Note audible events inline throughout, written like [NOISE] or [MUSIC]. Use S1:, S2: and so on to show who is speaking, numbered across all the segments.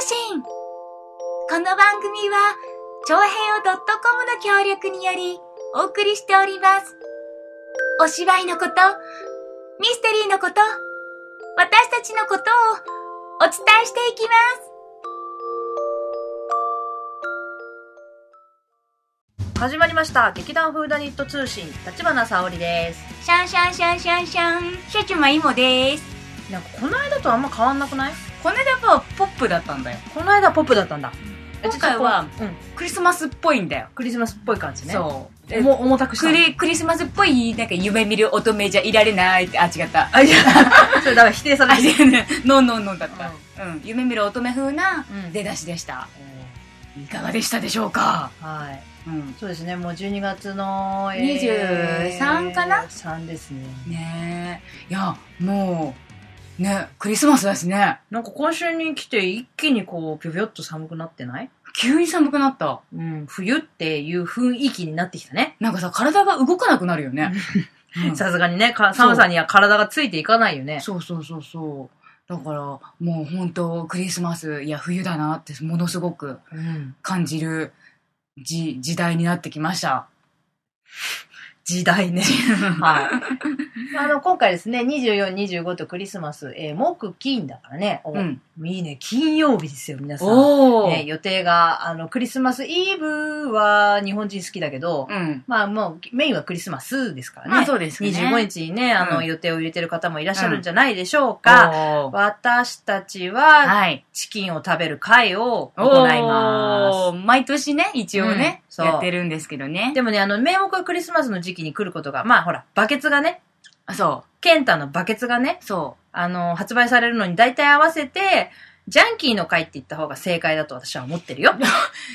S1: 信この番組は、長編をドットコムの協力により、お送りしております。お芝居のこと、ミステリーのこと、私たちのことをお伝えしていきます。
S2: 始まりました劇団フーダニット通信立花沙織です
S1: シャンシャンシャンシャンシャン、シャチュマイモです。
S2: なんかこの間とあんま変わんなくない
S3: この間はポップだったんだよ
S2: この間ポップだったんだ
S3: 今回は
S2: えちょっとこううん、
S3: クリスマスっぽいんだよ、
S2: クリスマスっぽい感じね
S3: そう
S2: おも重たくした
S3: ク
S2: の
S3: リクリスマスっぽいなんか夢見る乙女じゃいられないってあ違った
S2: あいや [LAUGHS] それだめ否定され
S3: あ
S2: てる
S3: 違うねノンノンノンだった、うん夢見る乙女風な
S2: うん
S3: 出だしでしたいかがでしたでしょうか、
S2: はい
S3: うん、
S2: そうですねもう12月の、
S3: 23かな
S2: 3ですね
S3: ねえいやもうねクリスマスだしね
S2: なんか今週に来て一気にこうぴょぴょっと寒くなってない
S3: 急に寒くなった
S2: うん冬っていう雰囲気になってきたね
S3: なんかさ体が動かなくなるよ
S2: [LAUGHS]
S3: ね、うん
S2: さすがにねか寒さには体がついていかないよね
S3: そうそうそうそう。だから、もう本当、クリスマス、いや、冬だなって、ものすごく
S2: うん
S3: 感じる時、時代になってきました。
S2: 時
S3: [LAUGHS]
S2: 代ね。 [LAUGHS] はい。あの、今回ですね、24、25とクリスマス、えー木、金だからね。お
S3: うん。
S2: いいね、金曜日ですよ、皆さん。
S3: お
S2: ね、予定が、あの、クリスマスイブは日本人好きだけど、
S3: うん。
S2: まあもうメインはクリスマスですからね。
S3: まあそうですね。
S2: 25日にね、あの、
S3: うん
S2: 予定を入れてる方もいらっしゃるんじゃないでしょうか。
S3: が、
S2: 私たちは、
S3: はい。
S2: チキンを食べる会を行います。
S3: おー毎年ね、一応ね
S2: うん、そう
S3: やってるんですけどね。
S2: でもね、あの、名目はクリスマスの時期に来ることが、まあほら、バケツがね、
S3: あそ
S2: ケンタのバケツがね、
S3: う。そ
S2: あの、発売されるのに大体合わせて、ジャンキーの会って言った方が正解だと私は思ってるよ。
S3: う。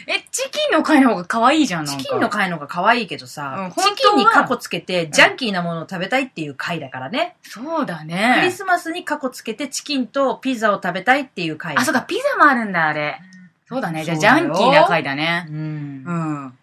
S3: え、チキンの回の方が可愛いじゃん、なん
S2: チ
S3: か
S2: キンの会の方が可愛いけどさ、
S3: うん
S2: チキンに
S3: 本当は
S2: カコつけて、ジャンキーなものを食べたいっていう会だからね。
S3: そうだ
S2: クリ
S3: ね。
S2: スマスにカコつけてチキンとピザを食べたいっていう会。
S3: あ、そうか、ピザもあるんだ、あれ。そうだね。じゃあ、ジャンキーな回だね。
S2: うん
S3: う。ん。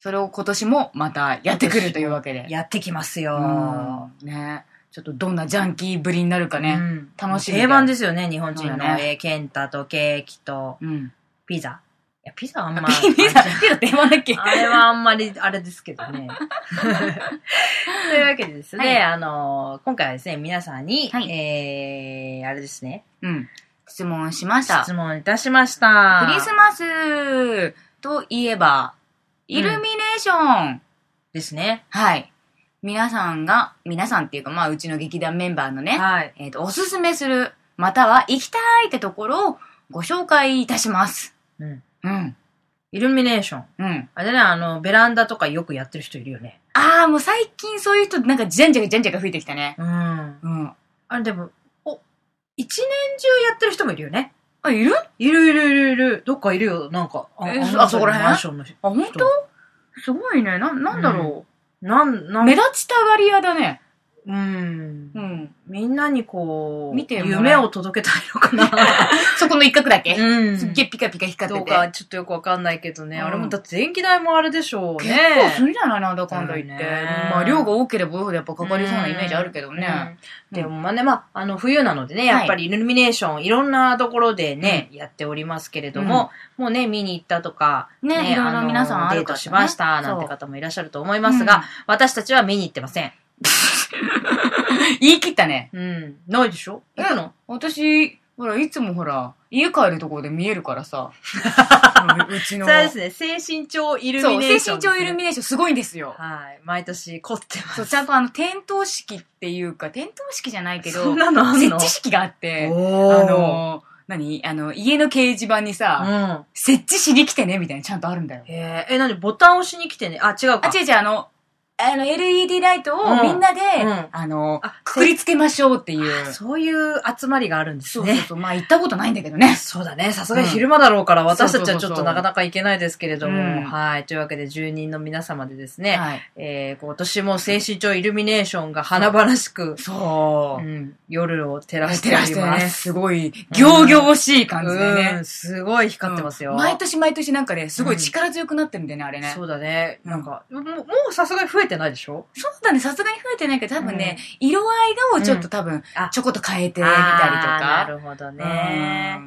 S3: それを今年もまたやってくるというわけで。
S2: やってきます
S3: う
S2: よ。
S3: んね。ちょっとどんなジャンキーぶりになるかね。
S2: うん
S3: 楽しみだ
S2: 定番ですよね、日本人
S3: そう
S2: の
S3: だ。ね
S2: えーケンタとケーキと
S3: うん。
S2: ピザ。いや、ピザはあんま。
S3: [LAUGHS] ピザ、ピザって言わなきゃ。
S2: あれはあんまりあれですけど [LAUGHS] ね。というわけでですね、
S3: はい
S2: あの今回はですね、皆さんに、
S3: はい
S2: えー、あれですね、
S3: うん。質問しました。
S2: 質
S3: ク
S2: 問いたしました。
S3: リスマスといえば、イルミネーション。
S2: ですね。
S3: はい。皆さんが、皆さんっていうか、まあ、うちの劇団メンバーのね、
S2: はい。
S3: えっ、と、おすすめする、または行きたいってところをご紹介いたします。
S2: うん。
S3: うん。
S2: イルミネーション。
S3: うん。
S2: あれね、あの、ベランダとかよくやってる人いるよね。
S3: ああ、もう最近そういう人、なんかじゃんじゃかじゃんじゃか増えてきたね。
S2: うん。
S3: うん。
S2: あれでも、お、一年中やってる人もいるよね。
S3: あ、いる
S2: いるいるいるいる。どっかいるよ、なんか。
S3: え
S2: の
S3: そあそこら辺
S2: マンションの人。
S3: あ、本当すごいね。な、なんだろ
S2: なん、
S3: う。
S2: なん、
S3: 目立ちたがり屋だね。
S2: うん
S3: う。ん。
S2: みんなにこう、
S3: 見てもらう
S2: 夢を届けたいの
S3: [LAUGHS]
S2: かな。
S3: そこの一角だけ。
S2: うん
S3: すっげえピカピカ光っ
S2: ど
S3: て
S2: う
S3: て。
S2: かちょっとよくわかんないけどね。
S3: うん
S2: あれもだって電気代もあれでしょう
S3: 結構す
S2: ね。
S3: るんじゃないなんだかんだ言って。
S2: だよね
S3: まあ、量が多ければ多いほどやっぱかかりそうなイメージあるけどね。
S2: うん。でもまあね、まあ、あの、冬なのでね、やっぱりイルミネーション、いろんなところでね、やっておりますけれども、もうね、見に行ったとか、
S3: ねいろいろ
S2: あの
S3: 皆さんあ
S2: デ
S3: る
S2: ー
S3: からね
S2: トしました、なんて方もいらっしゃると思いますが、私たちは見に行ってません。
S3: 言い切ったね。
S2: うん。ないでしょ行くの
S3: 私、ほら、いつもほら、家帰るところで見えるから
S2: [LAUGHS]
S3: さ。うんうち
S2: そ
S3: の。
S2: うですね、精神庁イルミネ
S3: そう、
S2: ーシ
S3: 精
S2: ョンですね。
S3: 神上イルミネーションすごいんですよ。
S2: はい。毎年凝ってます。
S3: そう、ちゃんとあの、点灯式っていうか、点灯式じゃないけど、
S2: そんなのあんの
S3: 設置式があって、あ
S2: おー
S3: の、何あの、家の掲示板にさ、
S2: うん。
S3: 設置しに来てね、みたいな、ちゃんとあるんだよ。
S2: へえ、え、なにボタン押しに来てね。あ、違うか。
S3: あ、違う違う、あの、あの、LED ライト
S2: う
S3: を
S2: ん
S3: みんなで、
S2: うん
S3: あの
S2: あ、
S3: くくりつけましょうっていう。
S2: あそういう集まりがあるんです
S3: そう
S2: ね。
S3: そうそう。まあ、行ったことないんだけどね。
S2: そうだね。さすがに昼間だろうから、私たちはち
S3: そう
S2: ょ
S3: そ
S2: っ
S3: うそ
S2: と
S3: う
S2: なかなか行けないですけれども。
S3: うん
S2: はい。というわけで、住人の皆様でですね、
S3: はい。
S2: えー、今年も静止町イルミネーションが華々しく、
S3: そうう。
S2: ん、夜を照らして
S3: 照
S2: お
S3: らし
S2: り
S3: てね、
S2: ます。
S3: すごい、行々しい感じで
S2: う
S3: ね
S2: ん、。すごい光ってますよ。
S3: うん毎年毎年なんかね、すごい力強くなってるんだよね、あれね。
S2: そうだね。
S3: うん
S2: なんか、もう、もうさすがに増えてないでしょ
S3: そうだね、さすがに増えてないけど、多分ね、色合いをちょっと多分
S2: あ、
S3: ちょこっと変えて
S2: 出
S3: みたりとか。
S2: なるほど
S3: ね
S2: ね。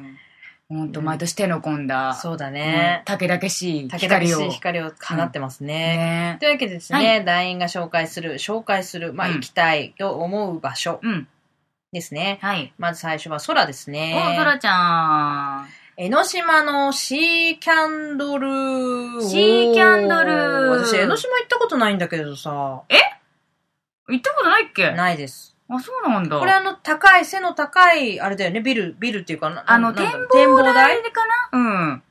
S3: 本当
S2: うん
S3: 毎年手の込んだ、
S2: そうだね。
S3: たけだけしい
S2: 竹田
S3: 光を。
S2: しい光を放ってます
S3: ね。
S2: ね。というわけでですね、団員が紹介する、紹介する、まあ、
S3: うん
S2: 行きたいと思う場所
S3: うん。
S2: ですね。
S3: はい。
S2: まず最初は空です
S3: お、
S2: ね。
S3: ドラちゃん。
S2: 江ノ島のシーキャンドル。
S3: シーキャンドル
S2: 私、江ノ島行ったことないんだけどさ。
S3: 行ったことないっけ
S2: ないです。
S3: あ、そうなんだ。
S2: これあの、高い、背の高い、あれだよね、ビル、ビルっていうかな、
S3: あの、
S2: な
S3: 展
S2: んだろう
S3: 望
S2: 台
S3: 台かな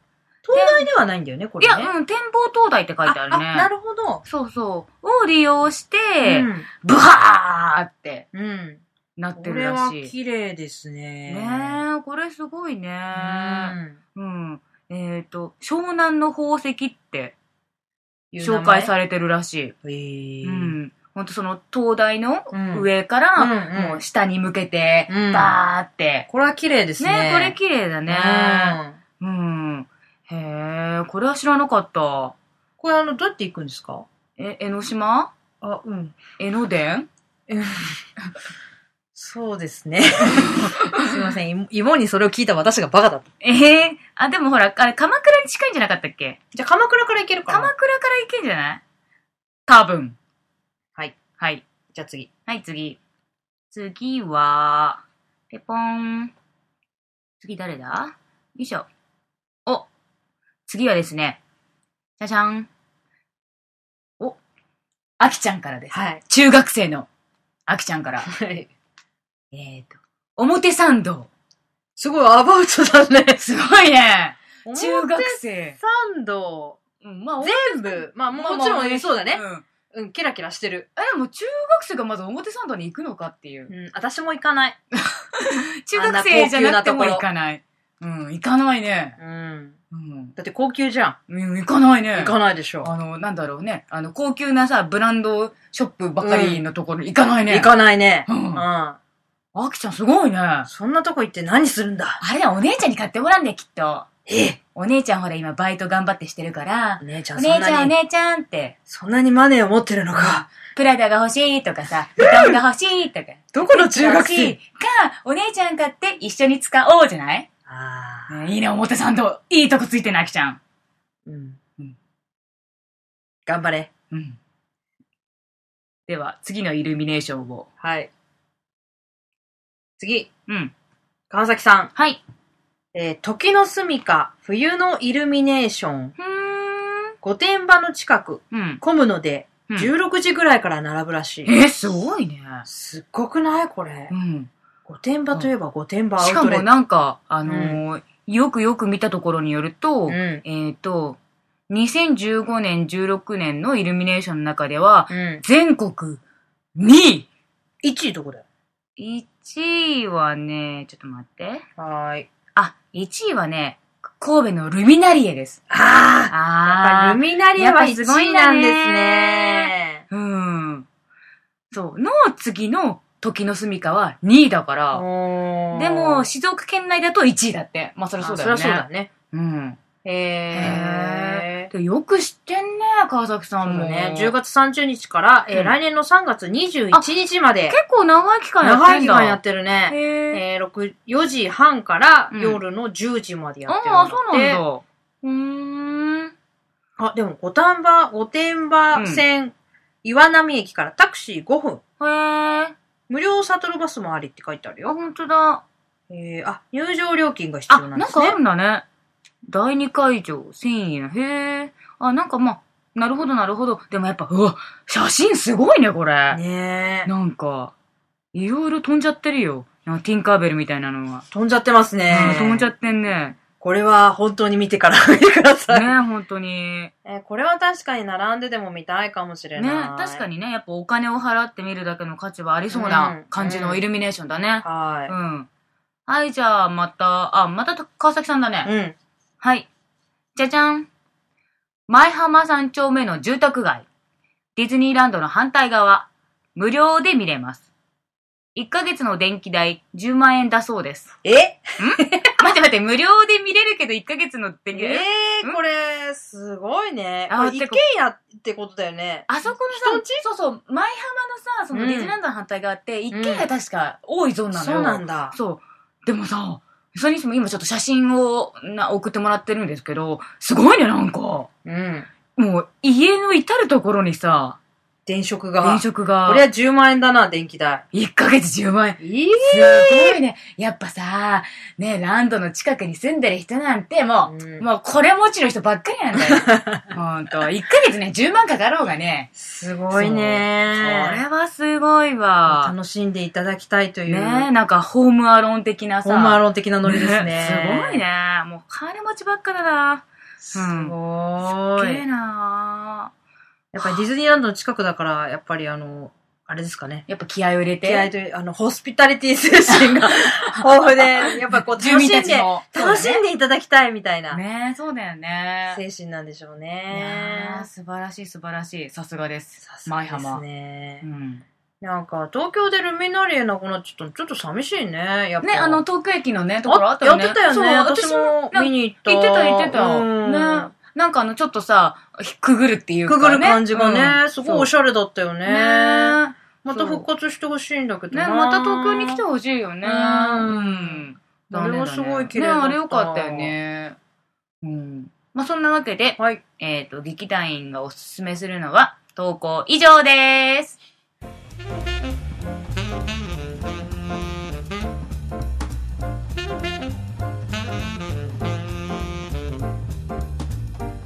S2: 灯台ではないんだよね、こ
S3: うん。い
S2: れ、ね。
S3: や、うん、展望灯台って書いてあるね。
S2: なるほど。
S3: そうそう。を利用して、
S2: うん
S3: ブハーって
S2: うん。
S3: なって
S2: こ
S3: る
S2: れ
S3: ら
S2: は
S3: しい。
S2: 綺麗ですね。
S3: ねえ、これすごいね。
S2: うん。
S3: うん。えっ、と、湘南の宝石って紹
S2: 紹介
S3: 介
S2: さ
S3: されてるらし
S2: れ
S3: い。
S2: へ
S3: う
S2: ー
S3: ん。ほんとその灯台の
S2: うん
S3: 上か
S2: うん
S3: ら、
S2: うん
S3: もう下に向けて、
S2: うん
S3: バーって。
S2: これは綺麗ですね。
S3: ねこれ綺麗だ
S2: 麗
S3: ね。うん。へえ、これは知らなかった。
S2: これあの、どうやって行くんですか
S3: え、江ノ島
S2: あ、うん。
S3: 江ノ電
S2: そうですね。 [LAUGHS] すいません。い芋にそれを聞いた私がバカだった。
S3: ええあ、でもほら、あれ、鎌倉に近いんじゃなかったっけ
S2: じゃあ、鎌倉から行けるかな
S3: 鎌倉から行けんじゃない多分。
S2: はい。
S3: はい。
S2: じゃあ次。
S3: はい、次。次は、ペポン。次誰だよいしょ。お次はですね、じゃじゃん。おあきちゃんからです。
S2: はい。
S3: 中学生のあきちゃんから。
S2: [LAUGHS] はい。
S3: えっと、表参道。
S2: すごいアバウトだね。
S3: すごいね中
S2: [LAUGHS] 中
S3: 学
S2: 学
S3: 生。
S2: サンド、
S3: うん、まあ、
S2: 全部、まあ
S3: まあ
S2: も
S3: まあ
S2: ちろんね、そうだ
S3: う
S2: ね。
S3: ん
S2: うん、キラキラしてる。
S3: え、でも中学生がまず表参道に行くのかっていう
S2: う。ん、私も行かない。
S3: 中学生じゃなくても
S2: あんな高級なところ
S3: 行かない。うん、行かないね。
S2: うん。
S3: うん。
S2: だって高級じゃん。
S3: うん行かないね。
S2: 行かないでしょ。
S3: あの、なんだろうね。あの、高級なさ、ブランドショップばかりのところ行かないね。
S2: 行かないね。
S3: う。
S2: うん
S3: あ
S2: ん。
S3: きちゃんすごいね。あ
S2: そんなとこ行って何するんだ
S3: れだ、お姉ちゃんに買ってもらうんだよ、きっと。
S2: ええ。
S3: お姉ちゃんほら今バイト頑張ってしてるから、
S2: 姉ちゃ
S3: お
S2: んそ
S3: 姉
S2: ん
S3: ちゃん
S2: な
S3: お
S2: に、
S3: 姉ちゃんって、
S2: そんなにマネーを持ってるのか。
S3: プラダが欲しいとかさ、ブタンが欲しいとか。
S2: どこの中学
S3: 欲しい
S2: 生
S3: か、お姉ちゃん買って一緒に使おうじゃない、
S2: ああ。
S3: ねいいね、表参道。いいとこついてんな、あきちゃん。
S2: うん
S3: うん。
S2: 頑張れ。
S3: うん。では、次のイルミネーションを。
S2: はい。次、
S3: うん。
S2: 川崎さん。
S3: はい。
S2: えー時の住処、冬のイルミネーション。
S3: ふーん。
S2: 御殿場の近く、
S3: うん。
S2: 混むので、
S3: うん
S2: 16時ぐらいから並ぶらしい。
S3: え、すごいね。
S2: すっごくないこれ
S3: う。ん。
S2: 御殿場といえば御殿場アウ
S3: しか
S2: ト
S3: も
S2: レット。
S3: なんか、あのーよくよく見たところによると、
S2: うん。
S3: えっ、と、2015年、16年のイルミネーションの中では、
S2: うん。
S3: 全国2
S2: 1位どこだよ。
S3: 位 !1 位はね、ちょっと待って。
S2: はーい。
S3: あ、1位はね、神戸のルミナリエです。
S2: ああやっぱ
S3: あ
S2: ルミナリアは
S3: やっぱす
S2: 1
S3: ごい
S2: 位
S3: ん
S2: な
S3: だね
S2: んですね。
S3: うん。そう。の次の時の住処は2位だから。で
S2: で
S3: も、静岡県内だと1位だって。まあ、そりゃそうだよね。
S2: そりゃそうだね。
S3: うん。
S2: へー。
S3: でよく知ってんね、川崎さ
S2: そ
S3: ん
S2: う
S3: も。
S2: だね、10月30日から、えー
S3: うん
S2: 来年の3月21日まで、
S3: 結構長い期間やっ
S2: 長
S3: て
S2: い
S3: ん
S2: 期
S3: だ。
S2: 間やってるね。
S3: へえ。
S2: えー、6 4時半から
S3: うん
S2: 夜の10時までやってるん
S3: ああ、
S2: だって、
S3: そうなんだ。うーん。
S2: あでも、御殿場、御殿場線、岩波駅からタクシー5分。
S3: へえ。
S2: 無料シャトルバスもありって書いてある
S3: あ、
S2: よ。
S3: ほんとだ。
S2: えー、あ、入場料金が必
S3: あ、
S2: 要なん
S3: な
S2: で
S3: ん
S2: す
S3: かあ
S2: ね
S3: る。んだね。第2会場、1000円。へえ。あ、なんかまあ、なるほどなるほど。でもやっぱ、うわ、写真すごいね、これ。
S2: ねえ。
S3: なんか、いろいろ飛んじゃってるよ。なんかティンカーベルみたいなのは。
S2: 飛んじゃってますね
S3: うん。飛んじゃってん
S2: [LAUGHS]
S3: ね。
S2: これは本当に見てから [LAUGHS] 見てくだ
S3: ね
S2: さい。
S3: 本当に。
S2: えーこれは確かに並んででも見たいかもしれ
S3: ね
S2: ない。
S3: 確か
S2: に。
S3: にね、やっぱお金を払って見るだけの価値はありそう
S2: う
S3: なん感じのイルミネーションだね。う
S2: は
S3: ん。はい、じゃあまた、あ、また川崎さんだね。
S2: い。うん。
S3: はい。じゃじゃん。前浜三丁目の住宅街。ディズニーランドの反対側。無料で見れます。1ヶ月の電気代10万円だそうです。
S2: え
S3: 待って待って、無料で見れるけど1ヶ月のって、
S2: え
S3: う
S2: ー、
S3: ん
S2: これ、すごいね。
S3: あ
S2: あ、一
S3: て
S2: 軒
S3: か
S2: 家ってことだよね。
S3: あそこ
S2: 人
S3: の
S2: ん
S3: さ、そうそう、前浜のさ、その
S2: うん
S3: ディズニーランドの反対側って、一軒家確か多いゾーンなのよ。
S2: そうなんだ。
S3: そう。でもさ、それにしても今ちょっと写真をな送ってもらってるんですけど、すごいね、なんか。も
S2: うん。
S3: う、家の至るところにさ、
S2: 電飾が。
S3: 電飾が
S2: こ、れは10万円だな、電気代。
S3: 1ヶ月10万円。
S2: いい
S3: すごいね。やっぱさ、ね、ランドの近くに住んでる人なんてもう、
S2: うん
S3: もうこれ持ちの人ばっかりなんだよ。
S2: [LAUGHS]
S3: ほんと。1ヶ月ね、10万かかろうがね。
S2: すごいね
S3: これはすごいわ。
S2: 楽しんでいただきたいという、
S3: ねなんかホームアローン的なさ。
S2: ホームアローン的なノリですね。
S3: [LAUGHS] すごい。ね。もう金持ちばっかだな。
S2: すご
S3: す
S2: い。
S3: げえな
S2: やっぱりディズニーランドの近くだから、やっぱりあの、あれですかね。
S3: やっぱ気合を入れて。
S2: 気合という、あの、ホスピタリティ精神 [LAUGHS] が豊富で、やっぱこう、
S3: 住
S2: 楽
S3: 民
S2: しん
S3: たち
S2: で、
S3: も。
S2: 楽しんでいただきたいみたいな、
S3: ねそうだよね。
S2: 精神なんでしょう
S3: いや
S2: ね
S3: ー。素晴らしい素晴らしい。さすがです
S2: さ。すが
S3: 舞
S2: です
S3: 浜。
S2: ね
S3: う。ん
S2: なんか、東京でルミナリエなくなっちゃったの、ちょっと寂しいね。やっぱ
S3: ね、あの、東京駅のね、ところあったよね。
S2: やってたよね。私
S3: そう、私も
S2: も見に行った。
S3: 行ってた、行ってた。
S2: うん
S3: ね。なんかあの、ちょっとさ、くぐるっていうか、
S2: く
S3: ね。
S2: ぐる感じがね、
S3: うん
S2: すごいおしゃれだったよね。
S3: そうね
S2: また復活してほしいんだけど
S3: ね、
S2: な。
S3: また東京に来てほしいよね。
S2: うん
S3: うん。
S2: あれはすごい綺麗
S3: ね、
S2: だった
S3: あれよかったよね。うん。まあ、そんなわけで、
S2: はい。
S3: えっ、と、劇団員がおすすめするのは、投稿以上です。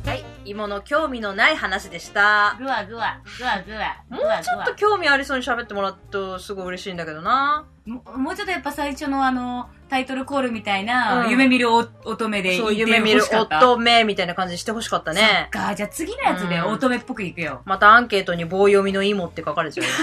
S2: はい。今の興味のない話でした。
S3: ぐわぐわ、ぐわぐわ、
S2: もうちょっと興味ありそうに喋ってもらうとすごい嬉しいんだけどな。
S3: ももうちょっとやっぱ最初のあの、タイトルコールみたいな、
S2: うん
S3: 夢見るお乙女でいて
S2: そう、夢見る
S3: 欲しかった
S2: 乙女みたいな感じにしてほしかったね。
S3: そっか、じゃあ次のやつで
S2: うん
S3: 乙女っぽくいく
S2: [LAUGHS]
S3: よ。
S2: またアンケートに棒読みの芋って書かれ
S3: [LAUGHS]
S2: ちゃうよ。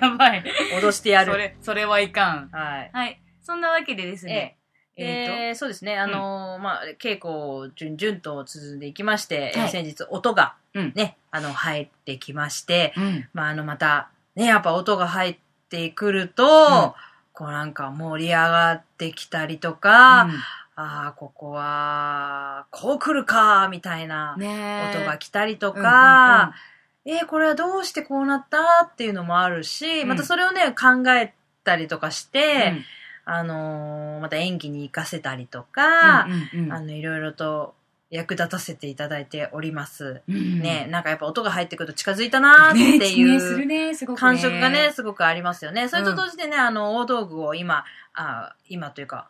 S3: やばい。
S2: 脅してや
S3: そ
S2: る。
S3: れ、それはいかん。
S2: はい。
S3: はい。そんなわけでですね。
S2: え
S3: えーと、
S2: えーそうですね、あのーまあ、稽古を順々と続んでいきまして、えー
S3: はい
S2: 先日音が
S3: うん
S2: ね、あの、入ってきまして、
S3: うん。
S2: まあ、あの、また、ね、やっぱ音が入ってくると、
S3: ん
S2: こうなんか盛り上がってきたりとか、ああ、ここは、こう来るか、みたいな
S3: うん、ねえ
S2: 音が来たりとか、えーこれはどうしてこうなったっていうのもあるし、
S3: うん
S2: またそれをね、考えたりとかし
S3: うん
S2: て、
S3: うんうん
S2: あのーまた演技に活かせたりとか、
S3: うんうん
S2: あの、いろいろと役立たせていただいております。
S3: うん
S2: ね、なんかやっぱ音が入ってくると近づいたなーって
S3: ね
S2: い
S3: ねする
S2: う
S3: ね、すごく、ね。
S2: 感触がね、、すごくありますよね。それと同時でね、あの、大道具を今、あ今というか、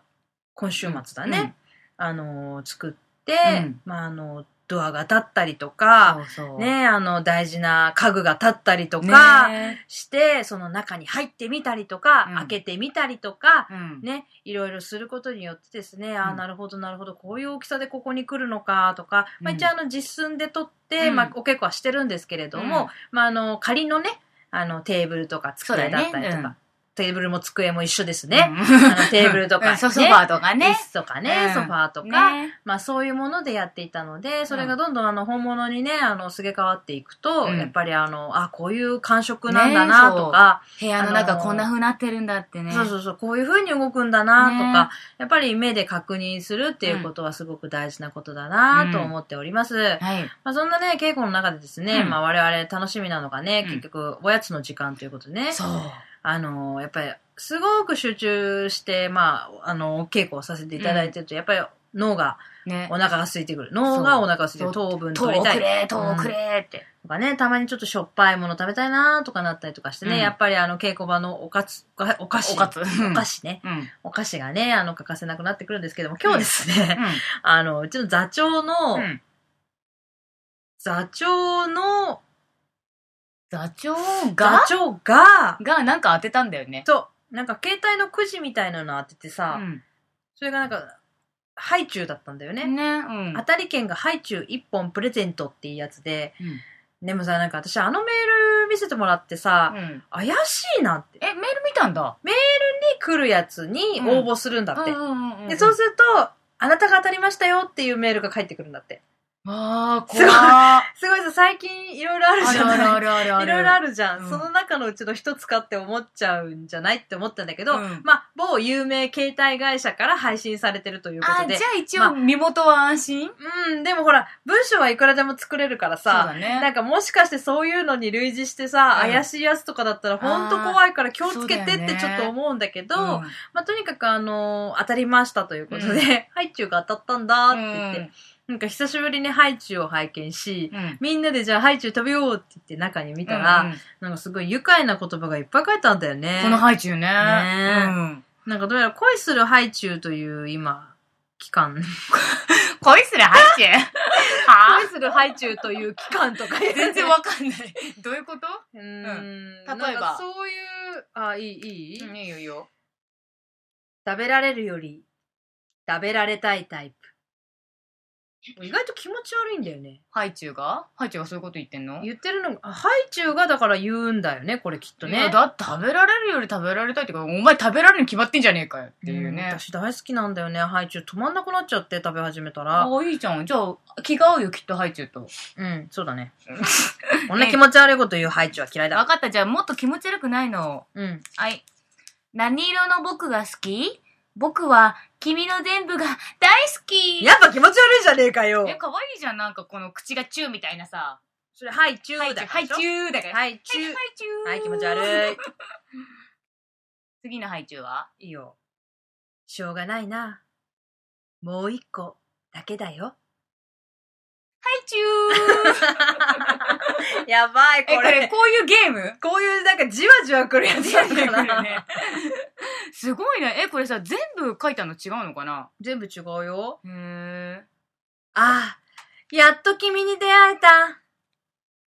S2: 今週末だね、あのー作って、
S3: うん
S2: まあ、あの、ドアが立ったりと
S3: う
S2: か、
S3: ん。そうそう。
S2: ね、あの、大事な家具が立ったりと
S3: ね
S2: か、して、その中に入ってみたりとか、
S3: うん
S2: 開けてみたりとか、
S3: うん。
S2: ね、いろいろすることによってですね、あ
S3: う
S2: あ、
S3: ん
S2: なるほど、なるほど、こういう大きさでここに来るのかとか、まあ、
S3: うん
S2: 一応あの実寸で撮って、
S3: うん
S2: まあ、お稽古はしてるんですけれど
S3: うん
S2: も、まあ、あの、仮のね、あの、テーブルとか
S3: そうだよ
S2: 机
S3: ね
S2: だったりとか、
S3: うん
S2: テーブルも机も一緒です
S3: うん
S2: ね。あのテーブルとか
S3: うんそう
S2: ね
S3: ソファーとか
S2: 椅
S3: ね。
S2: 子とかね、
S3: うん
S2: ソファーとか、
S3: ね
S2: まあそういうものでやっていたので、それがどんどんあの本物にね、あの、すげ替わっていくと、
S3: うん
S2: やっぱりあの、あ、こういう感触なんだな
S3: ね
S2: とか、
S3: 部屋の中
S2: あのー
S3: こんな風になってるんだってね。
S2: そうそうそう、こういう風に動くんだなと
S3: ね
S2: か、やっぱり目で確認するっていうことはすごく大事なことだなと思っております。
S3: はい。
S2: まあそんなね、稽古の中でですね、
S3: うん
S2: まあ我々楽しみなのがね、
S3: うん
S2: 結局おやつの時間ということでね、
S3: そう。
S2: あの、やっぱりすごく集中して、まあ、あの、稽古をさせていただいてると、やっぱり脳が、
S3: ね
S2: お。腹が空いてくる。脳がお腹が空いてくる。
S3: そ
S2: 糖分
S3: と
S2: 取り
S3: う
S2: た
S3: く
S2: い。
S3: れ、とうくれって。
S2: とかね、たまにちょっとしょっぱいもの食べたいなとかなったりとかしてね、
S3: うん
S2: やっぱりあの稽古場のおかつ、おかお菓子。
S3: おかつうん
S2: お菓子ね。
S3: うん。うん。
S2: お菓子がね、あの、欠かせなくなってくるんですけども、今日ですね、 [LAUGHS] あの、うちの座長の、
S3: うん
S2: 座長の、
S3: 座長
S2: 座
S3: が
S2: 長が、
S3: がなんか当てたんだよね。
S2: と、なんか携帯のくじみたいなの当ててさ、
S3: うん
S2: それがなんか、ハイチュウだったんだよね。
S3: ね。うん
S2: 当たり券がハイチュウ1本プレゼントっていうやつで、
S3: うん
S2: でもさ、なんか私あのメール見せてもらってさ、
S3: うん
S2: 怪しいなって。
S3: え、メール見たんだ。
S2: 来るやつに応募するんだって。
S3: うんうんうんうん
S2: で、そうすると、あなたが当たりましたよっていうメールが返ってくるんだって。
S3: ああ、
S2: すごい
S3: 怖っ
S2: すごいさ、最近いろいろある
S3: あ
S2: じゃ
S3: るある
S2: な
S3: あ
S2: い
S3: るあるある。
S2: いろいろあるじゃん。
S3: うん
S2: その中のうちの一つかって思っちゃうんじゃないって思ったんだけど、
S3: うん
S2: まあ、某有名携帯会社から配信されてるというこ
S3: あ
S2: と
S3: ー
S2: で
S3: じゃ。あ一
S2: まあ
S3: 応身元は安心
S2: うん、でもほら、文章はいくらでも作れるから
S3: そう
S2: さ
S3: だ、ね。
S2: なんかもしかしてそういうのに類似してさ、
S3: うん
S2: 怪しいやつとかだったらほんと怖いから気をつけてってちょっと思うんだけど、
S3: うん
S2: まあ、とにかくあのー当たりましたということで、
S3: うん
S2: ハイチュウが当たったんだって言って、なんか久しぶりにハイチュウを拝見し、
S3: うん。
S2: みんなでじゃあハイチュウ飛びようって言って中に見
S3: 見
S2: たら、なんかすごい愉快な言葉がいっぱい書いてあるんだよね。
S3: このハイチュウね。
S2: ね
S3: うん
S2: なんかどうやら恋するハイチュウという今、期間。
S3: 恋するハイチュウ
S2: [LAUGHS]
S3: は
S2: 恋するハイチュウという期間とか [LAUGHS] 言う
S3: ぁ全然わかんない。 [LAUGHS] どういうこと
S2: うーん。
S3: うん例えば
S2: なんかそういう、あ、いい、いい、
S3: いいよいいよ。
S2: 食べられるより、食べられたいタイプ。意外と気持ち悪いんだよね。
S3: ハイチュウがハイチュウがそういうこと言ってんの
S2: 言ってるのが、あハイチュウがだから言うんだよね、これきっと
S3: いや
S2: ね。
S3: だって食べられるより食べられたいってか、お前食べられるに決まってんじゃねえかよっていう
S2: うん
S3: ね。
S2: 私大好きなんだよね、ハイチュウ。止まんなくなっちゃって、食べ始めた
S3: あ
S2: ら。
S3: あ、いいじゃん。じゃあ、気が合うよ、きっとハイチュウと。
S2: うん、そうだ [LAUGHS] ね。こんな気持ち悪いこと言うハイチュウは嫌い
S3: わ
S2: だ。
S3: かった。じゃあ、もっと気持ち悪くないのを
S2: うん。
S3: はい。何色の僕が好き僕は君の全部が大好き
S2: やっぱ気持ち悪いじゃねえかよ
S3: え、。可愛いじゃん。なんかこの口がチューみたいなさ。
S2: それ、ハイチュウ
S3: ハイチュー。
S2: だ
S3: ハイチ
S2: ュ
S3: ューだから。
S2: ハイチ
S3: は
S2: ュ
S3: い
S2: ウ。
S3: ハイチュー。
S2: はい、気持ち悪い。
S3: 次のハイチューはい
S2: いよ。しょうがないな。もう一個だけだよ。
S3: ハイチュー
S2: やばい、
S3: え、これ、こういうゲー [LAUGHS] ム
S2: こういう、なんか、じわじわく [LAUGHS] るやつなんだから。
S3: ね。 [LAUGHS] すごいね。え、これさ、全部書いたの違うのかな
S2: 全部違うよ。
S3: へえ。
S2: ああ、やっと君に出会えた。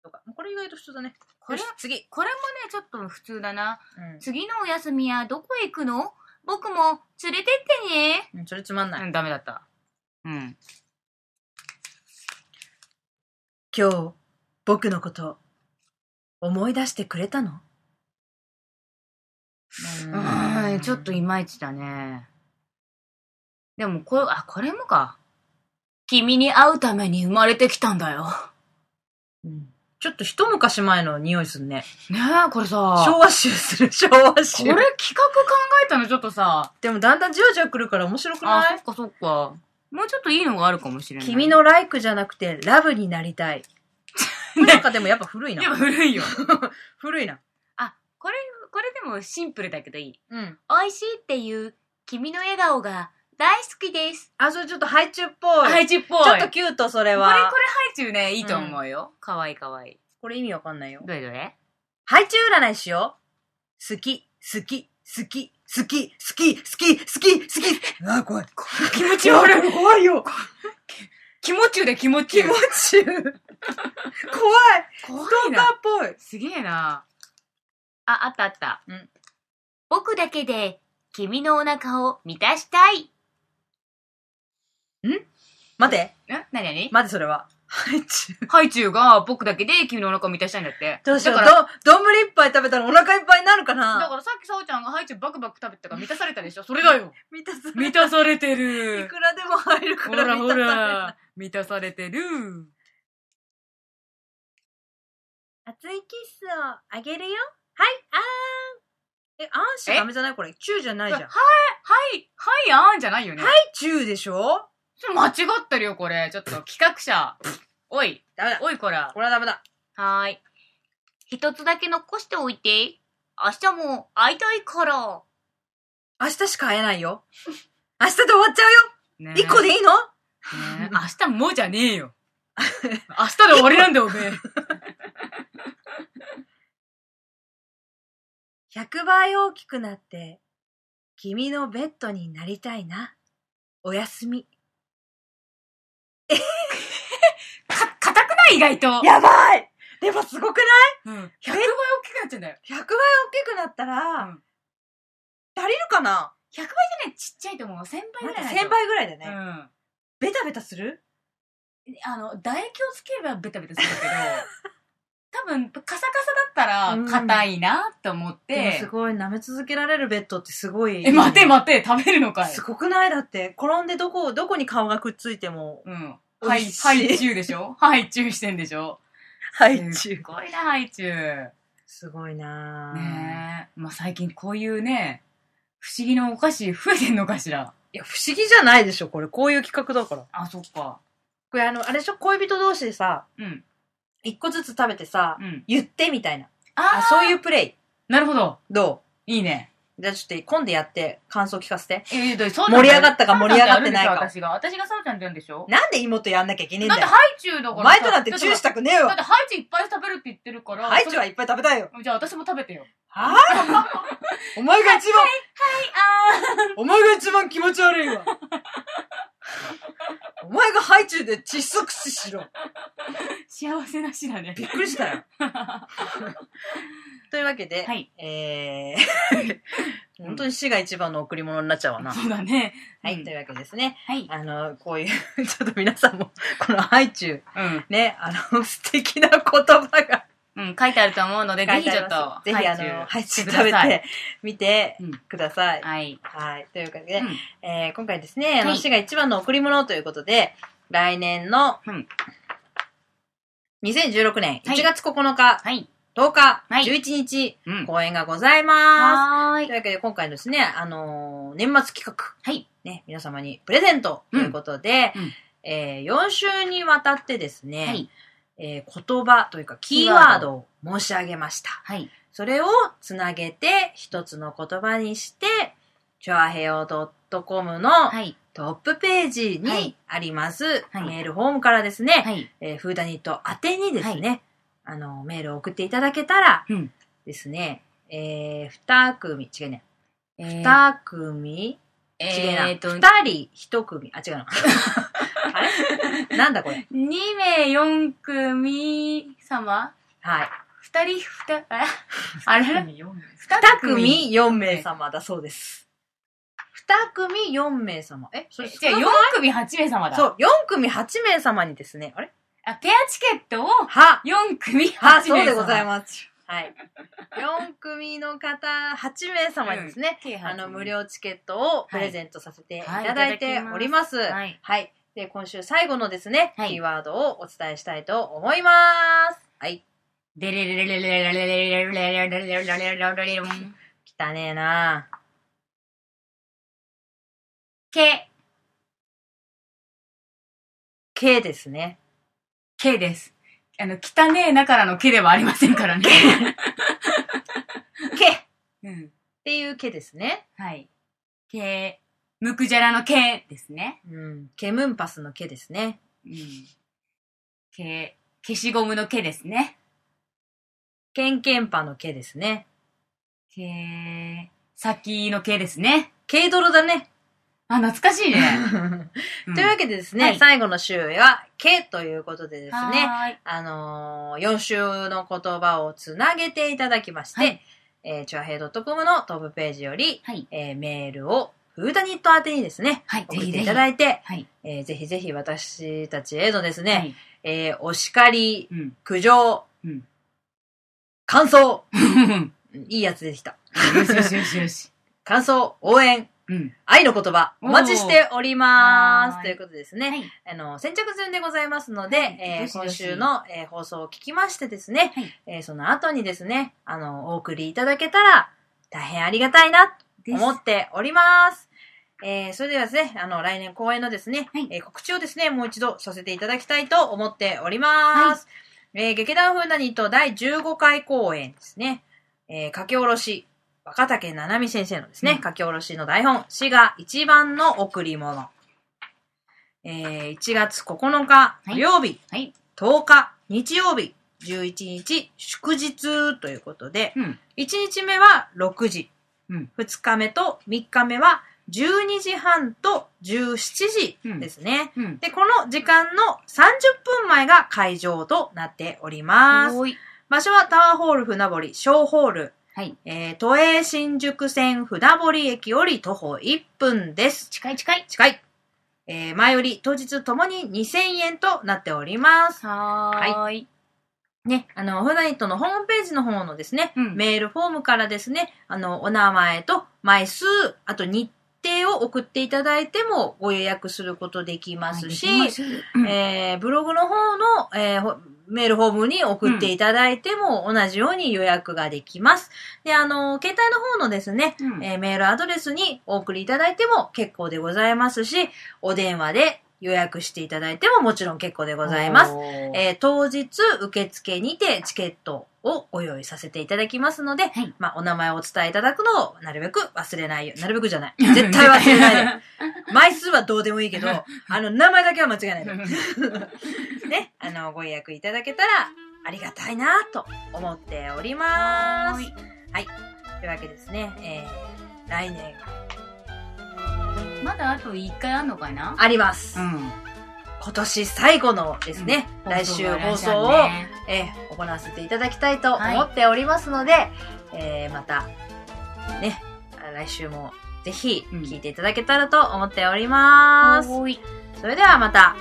S2: とか、これ意外と普通だね。
S3: これ
S2: よし次。
S3: これもね、ちょっと普通だな。
S2: う
S3: 次のお休みはどこへ行くの僕も連れてってね。
S2: ん。それつまんない。
S3: うん、ダメだった。うん。
S2: 今日、僕のこと、思い出してくれたの
S3: うん、ちょっといまいちだね。でも、これ、あ、これもか。君に会うために生まれてきたんだよ。
S2: うんちょっと一昔前の匂いすんね。
S3: ねえ、これ
S2: 昭
S3: さ、
S2: 和臭する、 [LAUGHS] 昭和
S3: こ
S2: 臭。
S3: れ企画考えたのちょっとさ、
S2: でもだんだんじわじわくるから面白く
S3: あ、
S2: な
S3: そ
S2: い
S3: っかそっか。もうちょっといいのがあるかもしれない。 [LAUGHS]
S2: 君のライクじゃなくて、ラブになりたい。 [LAUGHS] なんかでもやっぱ [LAUGHS] 古い
S3: でも
S2: な。
S3: 古いよ。
S2: 古いな。
S3: [LAUGHS] あ、これ、これでもシンプルだけどいい。
S2: うん。
S3: 美味しいっていう君の笑顔が大好きです。
S2: あ、それちょっとハイチュウっぽい。
S3: ハイチュウっぽい。
S2: ちょっとキュート、それ
S3: これ、これ
S2: は。
S3: ハ
S2: これ
S3: イチュウね、いいと思うよ。かわいいかわいい。
S2: 意味わかんないよ。
S3: どれどれ
S2: ハイチュウ占いしよう。好き、好き、好き、好き、好き、好き、好き、好き。あー、怖い。
S3: 気持
S2: ち悪い。怖いよ。
S3: 気持ちよで気持ち
S2: 気
S3: よ
S2: 持。ちいい。怖い。
S3: 怖
S2: ストーカーっぽい。
S3: すげえな。あ、あったあった。
S2: うん
S3: 僕だけで君のお腹を満たしたい。
S2: 待て、
S3: んなになに
S2: 待て、それは。ハイチュウ。
S3: ハイチュウが僕だけで君のお腹を満たしたいんだって。
S2: どうしよう。
S3: だ
S2: ど
S3: から、、
S2: どんぶり一杯食べたらお腹いっぱいになるか
S3: だ
S2: な
S3: からさっきさおちゃんがハイチュウバクバク食べてたから満たされたでしょそれだよ
S2: 満たされ
S3: [LAUGHS] 満たされて
S2: い
S3: る
S2: くらでも入るか
S3: ほ
S2: ら
S3: ら
S2: 満
S3: ほ
S2: たされ
S3: ら、満たされてる。
S2: 熱いキスをあげるよ。はい、あーん。え、あんし
S3: え
S2: ダメじゃないこれ。チューじゃないじゃん。
S3: は
S2: はい
S3: はい、はい、あーんじゃないよね。
S2: い、チューでしょ
S3: ちょっと間違ってるよ、これ。ちょっと企画者。おい、
S2: ダメだ。
S3: おい、こら。
S2: これはダメだ。
S3: はーい。一つだけ残しておいて。明日も会いたいから。
S2: 明日しか会えないよ。明日で終わっちゃうよ
S3: ね
S2: 一個でいいの
S3: ね明日もじゃねえ [LAUGHS] よ。明日で終わりなんだよ、おめえ。
S2: ?100 倍大きくなって、君のベッドになりたいな。おやすみ。
S3: か、硬くない意外と。
S2: やばいでもすごくない
S3: うん。100倍大きくなっちゃうんだよ。
S2: ?100 倍大きくなったら、
S3: うん
S2: 足りるかな
S3: 100倍じゃない、ちっちゃいと思う。1000倍ぐらいないと。
S2: ?1000倍ぐらいだね。
S3: うん。
S2: ベタベタする
S3: あの、唾液をつければベタベタする
S2: [LAUGHS]
S3: けど、多分、カサカサだったら
S2: うん
S3: 硬いなと思っ
S2: でも
S3: て
S2: す、ごい舐め続けられるベッドってすごい。
S3: え、待て待て、食べるのかい
S2: す。ごくないだって、転んでどこ、どこに顔がくっついても、
S3: うん。ハイ、
S2: 美味しい
S3: ハイチュウでしょハイチュウしてんでしょ
S2: ハ
S3: すっ。ごいな、ハイチュ。
S2: すごいうなぁ。
S3: ねえ。まあ、最近こういうね、不思議なお菓子増えてんのかしら。
S2: いや、不思議じゃないでしょ、これ。こういう企画だから。
S3: あ、そっか。
S2: これ、あの、あれでしょ、恋人同士でさ、
S3: うん、
S2: 一個ずつ食べてさ
S3: う、ん。
S2: 言ってみたいな。
S3: あ
S2: あ、そういうプレイ。
S3: なるほど。
S2: ど
S3: いいね。
S2: うじゃあちょっと今度やって感想聞かせて。
S3: え、え、だ盛
S2: 盛り上がったか盛り上がってないか。
S3: 私が、私がサウちゃんって言うんでしょ
S2: なんで妹やんなきゃいけねえん
S3: だっ
S2: だ
S3: て
S2: よ。
S3: ハイチュウだか
S2: お
S3: ら。
S2: 前とだってチューしたくねえ
S3: だ
S2: よ
S3: っ。てハイチュウいっぱい食べるって言ってるから。
S2: ハイチュウはいっぱい食べたいよ。
S3: じゃあ私も食べてよ。
S2: はぁお前が一番、 [LAUGHS] お前が一番気持ち悪いわ。お前がハイチュウで窒息死しろ。
S3: 幸せなしだね
S2: び。っくり [LAUGHS] したよ。というわけで、
S3: はい。
S2: えー、 [LAUGHS] 本当に死が一番の贈り物になっちゃうわな。
S3: そうだね。
S2: は
S3: う
S2: い、
S3: ん
S2: というわけですね。
S3: はい。
S2: あの、こういう、 [LAUGHS] ちょっと皆さんも、このハイチュウ、
S3: うん。
S2: ね、あの、素敵な言葉が
S3: うん、書いてあると思うので、ぜ
S2: 書い
S3: ひ
S2: て
S3: ち
S2: あ
S3: ょ
S2: り
S3: っと、
S2: ます。ぜひ、あの、ハイチュウ食べ
S3: くださ
S2: て
S3: い。
S2: みて
S3: うん
S2: ください。
S3: はい。
S2: はい。というわけで
S3: う、ん
S2: えー今回ですね、あの、
S3: はい
S2: 市が一番の贈り物ということで、来年の
S3: うん、
S2: 2016年
S3: はい
S2: 1月9日、
S3: はい。
S2: 10日、
S3: はい
S2: 11日、
S3: うん。
S2: 公演がございま
S3: はー
S2: す。というわけで、今回のですね、あのー年末企画、
S3: はい。
S2: ね、皆様にプレゼントということで、
S3: うんうん
S2: え4週にわたってですね、
S3: はい。
S2: えー言葉というかキーワードを申し上げました。
S3: はい。
S2: それをつなげて、一つの言葉にして、チョアヘオ .com の、
S3: はい。
S2: トップページ
S3: は
S2: に
S3: い
S2: あります、
S3: はい
S2: メールフォームからですね、
S3: はい。
S2: えーフーダニット宛てにですね、あの、メールを送っていただけたら
S3: うん。
S2: ですね、えー、二組、違うね、
S3: えー、
S2: 二組、
S3: え
S2: 違うな、
S3: ーと、
S2: 二人一組、あ、違うな。あれなんだこれ。
S3: 2名4組様
S2: はい。
S3: 二人、ふた、ああれ
S2: 二
S3: 二
S2: 組四名様だそうです。二組四名様。え、それ、
S3: じゃあ4組8名様だ。
S2: そう、四組八名様にですね、あれ
S3: あ、ペアチケットを
S2: は、
S3: 4組8名様。
S2: は、そうでございます。はい。4組の方、8名様にですね、
S3: す
S2: あの、無。料チケットをプレゼントさせていただいております。はい。
S3: はい。
S2: で、今週最後のですね、
S3: はい
S2: キーワードをお伝えしたいと思います。はい。
S3: でれれれれれれれれれれれれれれれれれれん。
S2: 汚ねえな
S3: け、
S2: K ですね。
S3: けです。あの、汚ねえなからのけではありませんからね。
S2: K
S3: う
S2: っ
S3: ん。
S2: ていう K ですね。
S3: はい。け、むくじゃらのけですね。
S2: うん。ケムンパスの K ですね。
S3: うん。け、消しゴムのけですね。
S2: ケンケンパの K ですね。
S3: け、先のけですね。
S2: K ドロだね。
S3: あ、懐かしいね。
S2: [LAUGHS] というわけでですね、
S3: はい
S2: 最後の週は K ということでですね、
S3: はーい。
S2: あのー、4週の言葉をつなげていただきまして、
S3: はい
S2: えー、チュアヘイドットコムのトップページより、
S3: はい。
S2: えーメールをフーダニット宛てにですね、
S3: はい。ぜ
S2: 送っ
S3: ひ
S2: て
S3: ぜ
S2: い
S3: ひ。
S2: ただいて、
S3: はい。
S2: えーぜひぜひ私たちへのですね、
S3: はい。
S2: えーお叱り、
S3: うん。
S2: 苦情、
S3: うん
S2: 感想、
S3: うん
S2: いいやつでした。
S3: よしよしよしよし。
S2: 感想、応援、
S3: うん。
S2: 愛の言葉、お待ちしております。
S3: おー
S2: ということでですね、
S3: はい。
S2: あの、先着順でございますので、
S3: はい
S2: えー
S3: どしどし
S2: 今週の、えー放送を聞きましてですね、
S3: はい
S2: えーその後にですね、あの、お送りいただけたら、大変ありがたいな、と
S3: です
S2: 思っております。えーそれではですね、あの、来年公演のですね、
S3: はい
S2: えー告知をですね、もう一度させていただきたいと思っております。えー劇団フーダニット第15回公演ですね、えー書き下ろし、若竹七海先生のですね、
S3: うん
S2: 書き下ろしの台本、死が一番の贈り物。えー1月9日
S3: い
S2: 土曜日、
S3: はい。
S2: 10日日曜日、11日祝日ということで、
S3: うん。
S2: 1日目は6時、
S3: うん
S2: 2日目と3日目は12時半と17時ですね。
S3: うん。
S2: で、この時間の30分前が会場となっております。
S3: はい。
S2: 場所はタワーホール船堀小ホール、
S3: はい。
S2: えー都営新宿線船堀駅より徒歩1分です。
S3: 近い近い。
S2: 近い。えー前より当日ともに2000円となっております。
S3: はーい。
S2: ね、あの、フーダニットのホームページの方のですね、
S3: うん
S2: メールフォームからですね、あの、お名前と枚数、あと日定を送っていただいてもご予約することできますし、
S3: はいできます
S2: えーブログの方の、えーほメールフォームに送っていただいても同じように予約ができます。で、あの、携帯の方のですね、
S3: うん
S2: えーメールアドレスにお送りいただいても結構でございますし、お電話で予約していただいてももちろん結構でございます。。えー当日受付にてチケットをご用意させていただきますの
S3: は
S2: で、
S3: い
S2: まあ、お名前をお伝えいただくのをなるべく忘れないよ。なるべくじゃない。絶対忘れないで。
S3: [LAUGHS]
S2: 枚数はどうでもいいけど、あの、名前だけは間違いないで。ね、あの、ご予約いただけたらありがたいなと思っております。 [LAUGHS]
S3: はい
S2: というわけですね、えー、来年
S3: まだあと1回あんのかな
S2: あります。
S3: ん。
S2: 今年最後のですね、来週放送を、えー行わせていただきたいと思っておりますので、えーまた、ね、来週もぜひ聞いていただけたらと思っております。
S3: はーい。
S2: それではまた